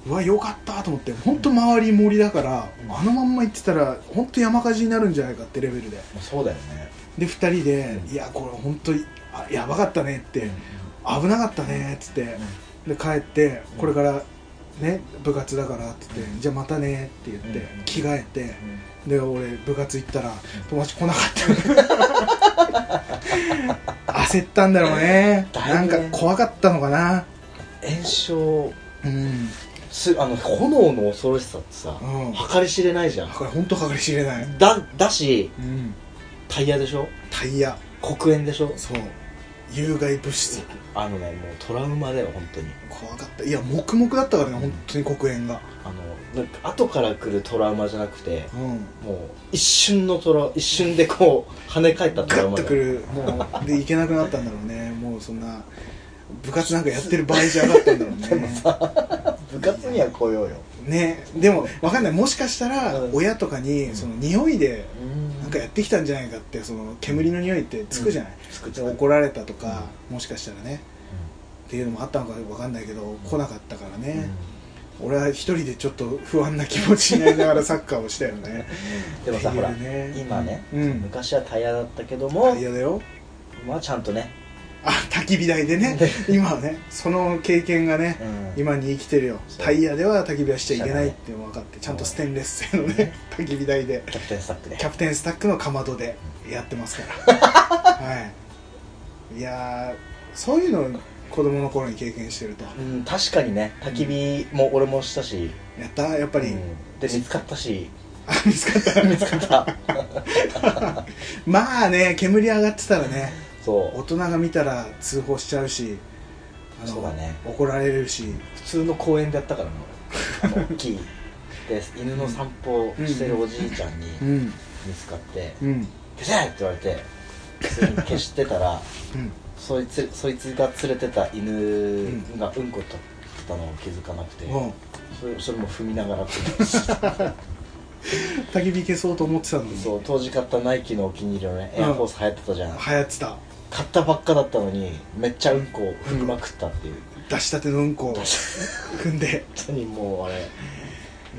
A: うわよかったと思って本当周り森だから、
B: うん
A: あのまんま行ってたら本当山火事になるんじゃないかってレベルで
B: そうだよね
A: で2人で、
B: うん
A: いやこれ本当にあやばかったねって、危なかったねっつって、で帰って
B: うん
A: これからね部活だからって言って、
B: うん
A: じゃあまたねって言って、
B: うん
A: 着替えて、で俺部活行ったら友達来なかった 焦ったんだろうね
B: だいぶね
A: なんか怖かったのかな
B: 炎症
A: うん
B: すあの炎の恐ろしさってさ、
A: うん
B: 計り知れないじゃん
A: これ本当計り知れない
B: だだし
A: うん
B: タイヤでしょ
A: タイヤ
B: 黒煙でしょ
A: そう有害物質
B: あのねもうトラウマだよ本当に
A: 怖かったいや黙々だったからね本当に黒煙が
B: あのなんか後から来るトラウマじゃなくて
A: うん
B: もう一瞬のトラ一瞬でこう跳ね返ったト
A: ガ
B: ラウ
A: ッ
B: マ
A: と
B: だよ
A: くるもうで行けなくなったんだろうねもうそんな部活なんかやってる場合じゃなかったんだろ うね
B: 部活には来ようよ
A: ねでも分かんないもしかしたら
B: うん
A: 親とかにその匂いで
B: な
A: なんかやってきたんじゃないかってその煙の匂いってつくじゃない、
B: 作っ
A: で
B: ちゃう
A: 怒られたとか、もしかしたらねっていうのもあったのか分かんないけど、来なかったからね、俺は一人でちょっと不安な気持ちになりながらサッカーをしたよね
B: でもさ
A: って
B: ほ
A: いう
B: ら
A: ね
B: 今ね
A: うん
B: 昔はタイヤだったけども
A: タイヤだよ
B: まあちゃんとね
A: あ焚き火台でね 今はねその経験がね、
B: 今
A: 今に生きてるよ
B: そう
A: タイヤでは焚き火はしちゃいけないっていうのも分かってちゃんとステンレス製のね 焚き火台で
B: キャプテンスタックで
A: キャプテンスタックのかまどでやってますから はいいやーそういうのを子供の頃に経験してると
B: うん確かにね焚き火も俺もしたし
A: やったやっぱり、
B: うんで見つかった し
A: あ 見つか った
B: 見つかった
A: まあね煙上がってたらね
B: そう
A: 大人が見たら通報しちゃうしあの
B: そうだね
A: 怒られるし
B: 普通の公園でやったからな俺あの大きいで犬の散歩をしてるおじいちゃんに
A: うん
B: 見つかって
A: うん
B: 「消せ!」って言われて普通に消してたら
A: うん
B: そいつそいつが連れてた犬がうんこ取ってたのを気づかなくて、
A: も
B: それそれも踏みながら
A: う焚き火消そうと思って たのに
B: そう当時買ったナイキのお気に入りのねエアフォース流行ってたじゃん、
A: 流行ってた
B: 買ったばっかだったのにめっちゃうんこを踏みまくったっていう
A: 出したてのうんこを踏んで
B: 本当にもうあれ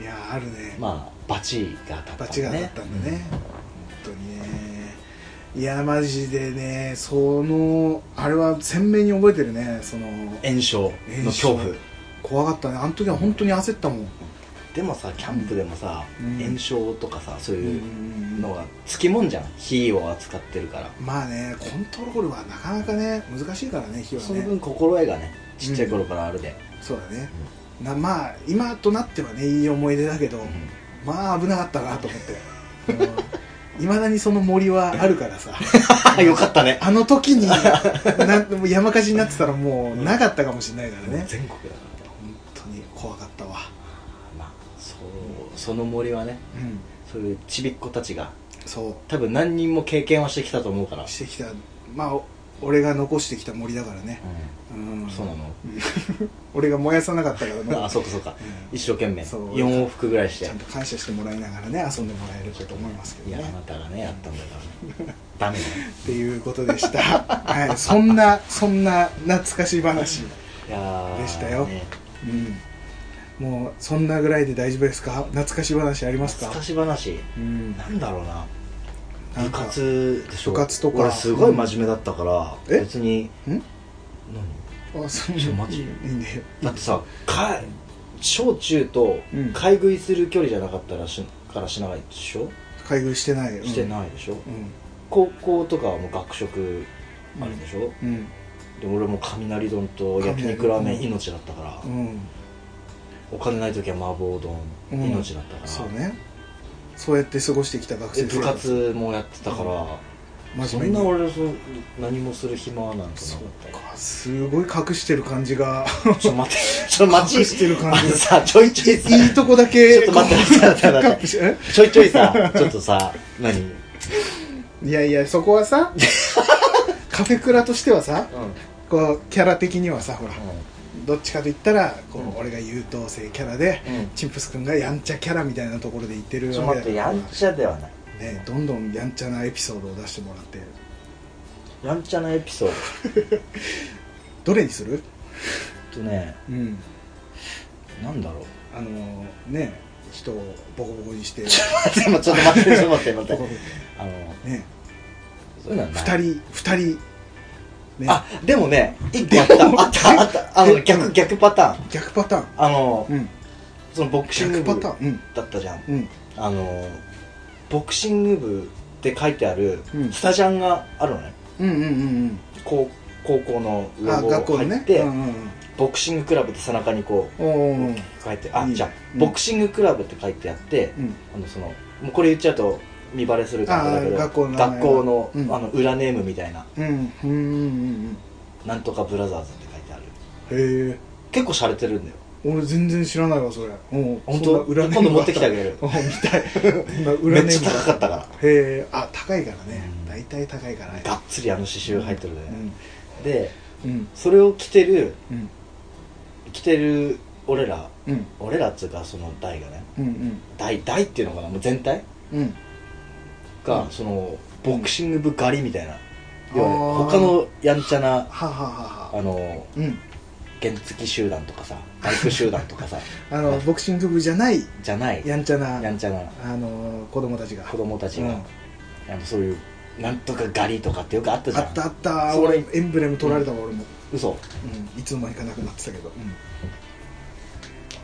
A: いやーあるね
B: まあバチが当た
A: バ
B: った
A: チが当たったんだね、本当にねいやマジでねそのあれは鮮明に覚えてるねその
B: 炎症の恐怖
A: 炎症怖かったねあの時は本当に焦ったもん
B: でもさキャンプでもさ、
A: うん
B: 炎症とかさそう
A: う
B: いうんうのがつきもんじゃん火を扱ってるから、
A: まあねコントロールはなかなかね難しいからね火は
B: その
A: ね
B: 分心得がねちっちゃい頃からあるで、
A: そうだね、なまあ今となってはねいい思い出だけど、まあ危なかったなと思っていまだにその森はあるから さ
B: あよかったね
A: あの時になん山火事になってたらもうなかったかもしれないからね
B: 全国だか
A: 本当に怖かったわ
B: らまあそうその森はね
A: うん
B: そういうちびっ子たちが
A: そ
B: 多分何人も経験はしてきたと思うから
A: う、してきたまあお俺が残してきた森だからねうん
B: そうなの、
A: 俺が燃やさなかったからね
B: あそうかそうか、
A: うん
B: 一生懸命
A: そう
B: 4往復ぐらいして
A: ちゃんと感謝してもらいながらね遊んでもらえると思いますけ
B: い
A: ど
B: やあ
A: ね
B: なたがねやったんだか らねダメだよ
A: っていうことでした、 はい、そんなそんな懐かし話、
B: いやー
A: でしたよ
B: ね
A: うん、もうそんなぐらいで大丈夫ですか懐かし話ありますか
B: 懐かし話
A: うん
B: なんだろうな
A: なん
B: 部
A: か
B: 活でしょ
A: 部活とか
B: 俺すごい真面目だったから
A: え
B: 別に
A: ん
B: 何
A: あそう
B: ちょマ
A: い
B: ジ
A: いんだよ
B: だってさ帰小中と
A: うん
B: 買い食いする距離じゃなかったらしからしないでしょ
A: 買い食いしてないよ
B: してないでしょ、
A: う
B: 高校とかはもう学食あるでしょ、
A: んうん
B: で俺も雷丼と焼肉ラーメン命だったから、
A: うん
B: お金ない時は麻婆丼
A: うん
B: 命だったから、
A: そうねそうやって過ごしてきた学
B: で
A: 生
B: 部活もやってたから、そ
A: 真面
B: ん
A: 目
B: な
A: に
B: 俺そう何もする暇なんてなか
A: そう
B: ったよ
A: かすごい隠してる感じが
B: ちょっと待って ちょっと待
A: 隠
B: ち
A: してる感じ
B: あのさちょい ちょいさ
A: いいとこだけ
B: ちょっと待って待っ
A: こう
B: て待
A: ピックア
B: っ
A: ップしえ
B: ちょいちょいさちょっとさ何うん
A: いやいやそこは さカフェクラとしてはさこうキャラ的にはさほらどっちかと言ったらこ
B: うん
A: う俺が優等生キャラで
B: うん
A: チンプス君がやんちゃキャラみたいなところで言ってる
B: ちょ
A: わ
B: っ
A: け
B: と
A: だ
B: 待ってやんちゃではない
A: ねどんどんやんちゃなエピソードを出してもらって
B: やんちゃなエピソー
A: ど
B: ド
A: れにする
B: えっとね
A: うん
B: な んだろう
A: あのね人をボコボコに して
B: ちょっと待ってちょっと待って待
A: ボ
B: っ
A: コボ
B: てあの
A: コね
B: そういうのはない
A: 二人二人ね
B: あでもね一個あったあったあったあの逆逆パターン
A: 逆パターン
B: あの
A: うん
B: そのボクシング
A: 逆パ
B: 部
A: タ
B: だ
A: ーン
B: ったじゃん
A: うんうん
B: あのボクシング部って書いてある
A: うん
B: スタジャンがあるのね
A: うんうんうん
B: 高高校の
A: う
B: ロ
A: んあ
B: ゴ
A: 学校
B: が
A: の
B: 入
A: ね
B: っ
A: う
B: て
A: んうん
B: ボクシングクラブって背中にこ
A: うんお
B: う
A: ー
B: 書いてあ
A: いい
B: じゃ
A: うん
B: んボクシングクラブって書いてあって
A: うん
B: あのそのもうこれ言っちゃうと見バレするかもだけど
A: あー学校の名前
B: 学校の
A: うん
B: あの裏ネームみたいな
A: うんうんうん
B: なんとかブラザーズって書いてある
A: うんへえ
B: 結構洒落てるんだよ
A: 俺全然知らないわそれうん
B: 本
A: そん
B: 当
A: な裏ネーム
B: 今度持ってきてあげる
A: うん見たいそんな
B: め
A: 裏
B: っ
A: ネ
B: ち
A: ー
B: ゃ
A: ム
B: 高かったか
A: へえあ高いからね
B: うん
A: 大体高いから
B: らがっつりあの刺繍入ってるで、
A: うん
B: で
A: うん
B: それを着てる
A: うん
B: 着てる俺ら
A: うん
B: 俺らっつうかその代がね
A: うん
B: 代代っていうのかなもう全体
A: うんうん
B: が、
A: うん
B: そのボクシング部狩りみたいな、
A: うん
B: 要は
A: あー
B: 他のやんちゃな
A: はははは
B: あの
A: うん
B: 原付集団とかさバイク集団とかさ
A: あのボクシング部じゃない
B: じゃないや
A: やんちゃなん
B: ちゃな
A: あの子供たちが
B: 子供たちが、
A: うん
B: あのそういうなんとか狩りとかってよくあったじ
A: あ
B: ゃん
A: ったあった
B: それ
A: 俺エンブレム取られたわ俺も、
B: 嘘
A: うん、いつの間にかなくなってたけど、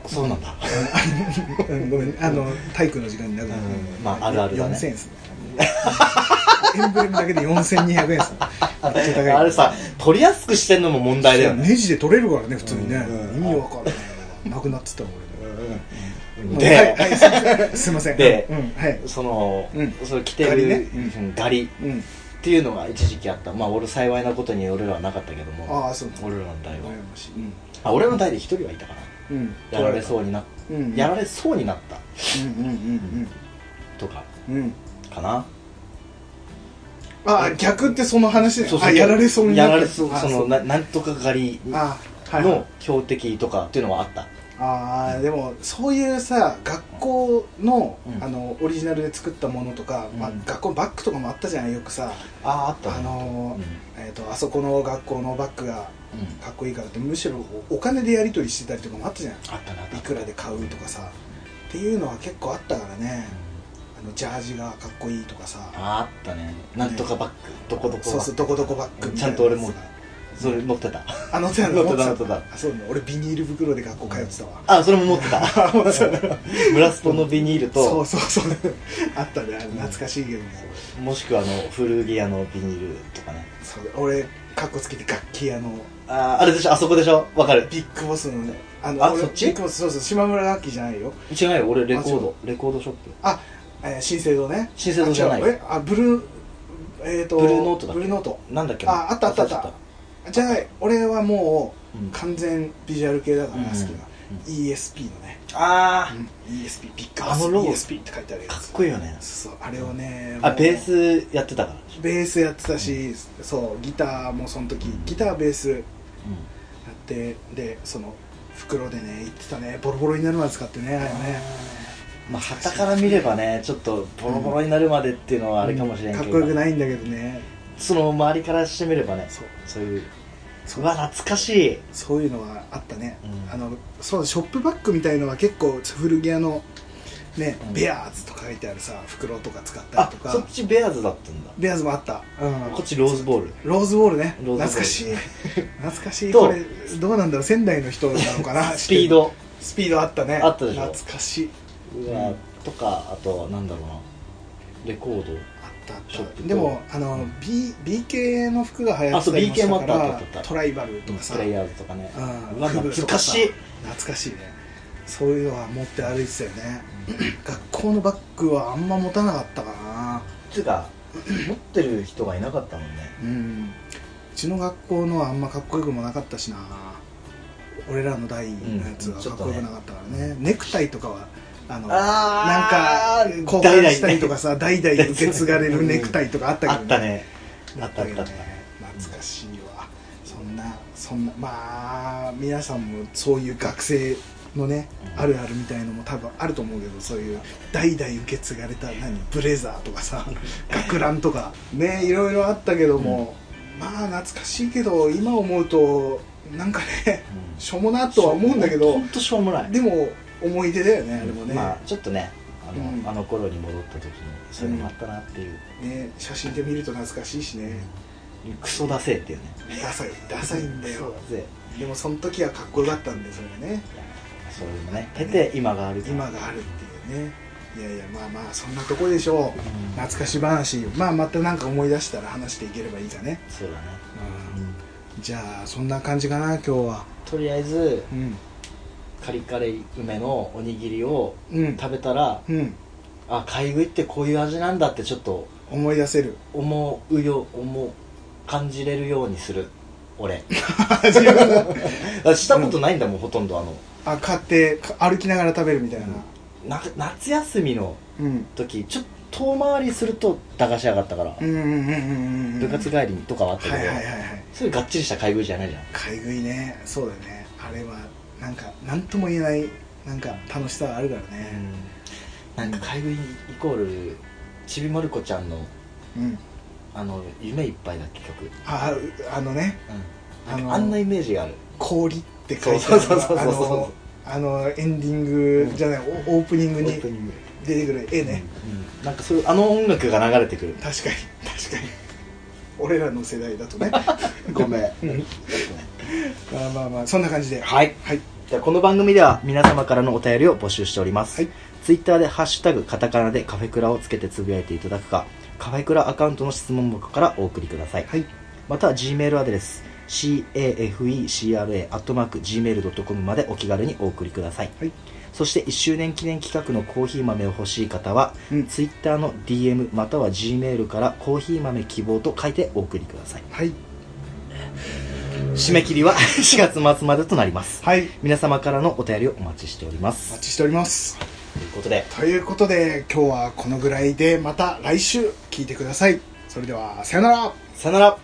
B: そうなんだ、
A: うん、ごめんあの体育の時間になくなった、
B: うんまああるあるだね
A: 4000円ですねエンブレムだけで4200円っすねめっちゃ高い
B: あれさ取りやすくしてんのも問題だよね
A: ネジで取れるからね普通にね、
B: うん
A: 意味わかんないななくなってたわ俺ね
B: うん
A: うんはい
B: で、
A: はいすいませ んすいません
B: で
A: うんはい
B: その、
A: うん
B: その着て
A: ガリね
B: るうんガリ
A: うん
B: っていうのが一時期あったまあ俺幸いなことに俺らはなかったけども
A: ああそう
B: 俺らの代
A: 羨
B: は
A: ましいうん
B: あ俺の代で一人はいたか
A: うん
B: なやられそうになっ
A: うんうん
B: やられそうになった
A: うんうん
B: とか
A: うんうん
B: かな
A: あ逆ってその話ねあやられそうにな
B: や
A: った
B: られそう
A: あ
B: そのななんとか狩り
A: あはいはい
B: の標的とかっていうのはあった
A: あーでもそういうさ学校の,、
B: うん
A: あのオリジナルで作ったものとか、まあ
B: うん、
A: 学校のバッグとかもあったじゃんよくさ、
B: あああったね
A: あのー
B: うん
A: えー、とあそこの学校のバッグが
B: うん
A: かっこいいからってむしろお金でやり取りしてたりとかもあったじゃん
B: あったなあった
A: いくらで買うとかさっていうのは結構あったからねあのジャージがかっこいいとかさ
B: あったねなんとかバッグどこどこバッグ
A: そうそうどこどこバッグみ
B: ち
A: たい
B: ゃ
A: なんやつ
B: と
A: が
B: 俺もそれ持ってた
A: あの手なの
B: 乗ってた
A: 持って
B: 乗って
A: あそうね俺ビニール袋で学校通ってたわ、
B: あそれも持っ てたムラスポのビニール
A: そ
B: と
A: うそうそうあったねあれ懐かしいけども、
B: もしくはあの古着屋のビニールとかね
A: そう俺カッコつけて楽器屋の
B: ああれでしょあそこでしょわかる
A: ビッグボスのねあの
B: あ
A: 俺
B: そっち
A: ビッグボスそうそう島村楽器じゃないよ
B: 違うよ俺レコ
A: あ
B: ー
A: そ
B: ドレコードショップ
A: あ、えー、新生堂ね
B: 新生堂じゃない
A: あ違うえあブルーえっ、と
B: ブルーノートだっ
A: ブ
B: け
A: ルーノート
B: なんだっけ
A: ああったあったあった
B: 忘れちゃ
A: じゃない俺はもう、
B: うん
A: 完全ビジュアル系だから好きな、
B: うん
A: ESP のね、
B: あ
A: う
B: ー
A: ん ESP ビッ
B: あのロ
A: グ
B: ゴ
A: ボス ESP って書いてあるやつ
B: かっこいいよね
A: そうそうあれをね
B: あ
A: もう
B: ベースやってたから
A: ベースやってたし、そうギターもその時ギターベースやってでその袋でね行ってたねボロボロになるまで使ってねあれね
B: まあ旗から見ればねちょっとボロボロになるまでっていうのはあれかもしれんけど
A: かっこよく
B: い
A: ないんだけどね
B: その周りからしてみればね
A: そう
B: そういう
A: そうう
B: わ懐かしい
A: そういうのはあったね、
B: うん
A: あのそうショップバッグみたいのは結構古着屋のね、
B: うん
A: ベアーズとか書いてあるさ袋とか使った
B: あ
A: りと
B: そ
A: か
B: っちベアーズだったんだ
A: ベアーズもあった、うん
B: こっちローズボール
A: ローズボールね
B: ローズボール
A: 懐かしい懐かしい
B: と
A: これどうなんだろう仙台の人なのかな
B: スピード
A: 知スピードあったね
B: あったでしょ
A: 懐かしいう
B: わ、とかあとなんだろうなレコー
A: あ
B: ド
A: ったあ
B: ショ
A: っ
B: ッ
A: た
B: プ
A: でもあの、B、BK の服が流行
B: あ
A: って
B: そう
A: たりも
B: BK も
A: し
B: あったた
A: か
B: あったあったあ
A: ら
B: った
A: トライバルとかさ
B: プレイヤーズとかね
A: うん
B: うわ
A: クブと
B: 懐
A: さ
B: かしい
A: 懐かしいねそういうのは持って歩いてたよね学校のバッグはあんま持たなかったかな
B: つうか持ってる人がいなかったもんね
A: うんうちの学校のはあんまかっこよくもなかったしな俺らの代のやつは
B: うんちょ
A: か
B: っ
A: っこ
B: とね
A: よくなかったからね,、ネクタイとかはあのなん
B: あ
A: か
B: ー
A: 交換したりとか
B: 代
A: さ代々受け継がれるネクタイとかあったけ
B: 々
A: ど
B: あったねあ
A: あ
B: っ
A: ったた
B: あっ
A: け
B: たあ
A: ど
B: っ
A: ね懐かしいわそんなそんなまあ皆さんもそういう学生のね
B: うん
A: あるあるみたいのも多分あると思うけどそういう代々受け継がれた何ブレザーとかさ学ランとかねいろいろあったけども、まあ懐かしいけど今思うとなんかね
B: たうん
A: しょうもなとは思うんだけど
B: ほんとしょうもない
A: でも思い出だよねあれもね,、
B: まあちょっとねあの,、
A: うん
B: あの頃に戻った時にそういうのもあったなっていう、
A: ね写真で見ると懐かしいしね
B: クソダセえっていうね
A: ダサいダサいんだ
B: クソ
A: よ
B: ダセえいや
A: でもその時はかっこよかったんでそれがね
B: そういうのね経て今があるから
A: 今があるっていうねいやいやまあまあそんなとこでしょう
B: うん
A: 懐かし話まあまたなんか思い出したら話していければいいかね、
B: そうだね、
A: うんじゃあそんな感じかな今日は
B: とりあえず
A: うん
B: カリカリ梅のおにぎりを
A: うん
B: 食べたら、
A: うん
B: あ買い食いってこういう味なんだってちょっと
A: 思い出せる
B: 思うよ思う感じれるようにする俺 したことないんだもん、ほとんどあの
A: あ買ってか歩きながら食べるみたいな
B: な夏休みの
A: うん
B: 時ちょっと遠回りすると駄菓子屋があったから、
A: うんうんうんうんうん
B: 部活帰りとかはあったけど、
A: はいはいはいはい
B: そういうがっちりした買い食いじゃないじゃん
A: 買い食いねそうだねあれはなんか何とも言えないなんか楽しさがあるからね
B: なんか買い食いイコールちびまる子ちゃんの
A: うん
B: あの夢いっぱいだっけ曲、
A: あああのね
B: なんか
A: あの
B: あんなイメージがある
A: 氷って書いてある
B: そうそうそうそうそうそう
A: あのあのエンディングじゃない、おオープニングに
B: 当に
A: 出てくる絵ね、
B: うん、なんかそういうあの音楽が流れてくる
A: 確かに確かに俺らの世代だとね
B: ごめん
A: まあまあまあそんな感じでい、
B: はい
A: はい、
B: じゃあこの番組では皆様からのお便りを募集しております、
A: はい
B: ツイッターで「ハッシュタグカタカナ」でカフェクラをつけてつぶやいていただくかカフェクラアカウントの質問箱からお送りください、
A: はい、
B: また G メールアドレス cafecra.gmail.com までお気軽にお送りください、
A: はい
B: そして1周年記念企画のコーヒー豆を欲しい方は、
A: うん
B: ツイッターの DM または G メールからコーヒー豆希望と書いてお送りください
A: はい
B: 締め切り は4月末までとなります
A: はい、
B: 皆様からのお便りをお待ちしておりま
A: お
B: す
A: 待ちしております
B: ということで
A: ということで今日はこのぐらいでまた来週聞いてくださいそれではさよなら
B: さよなら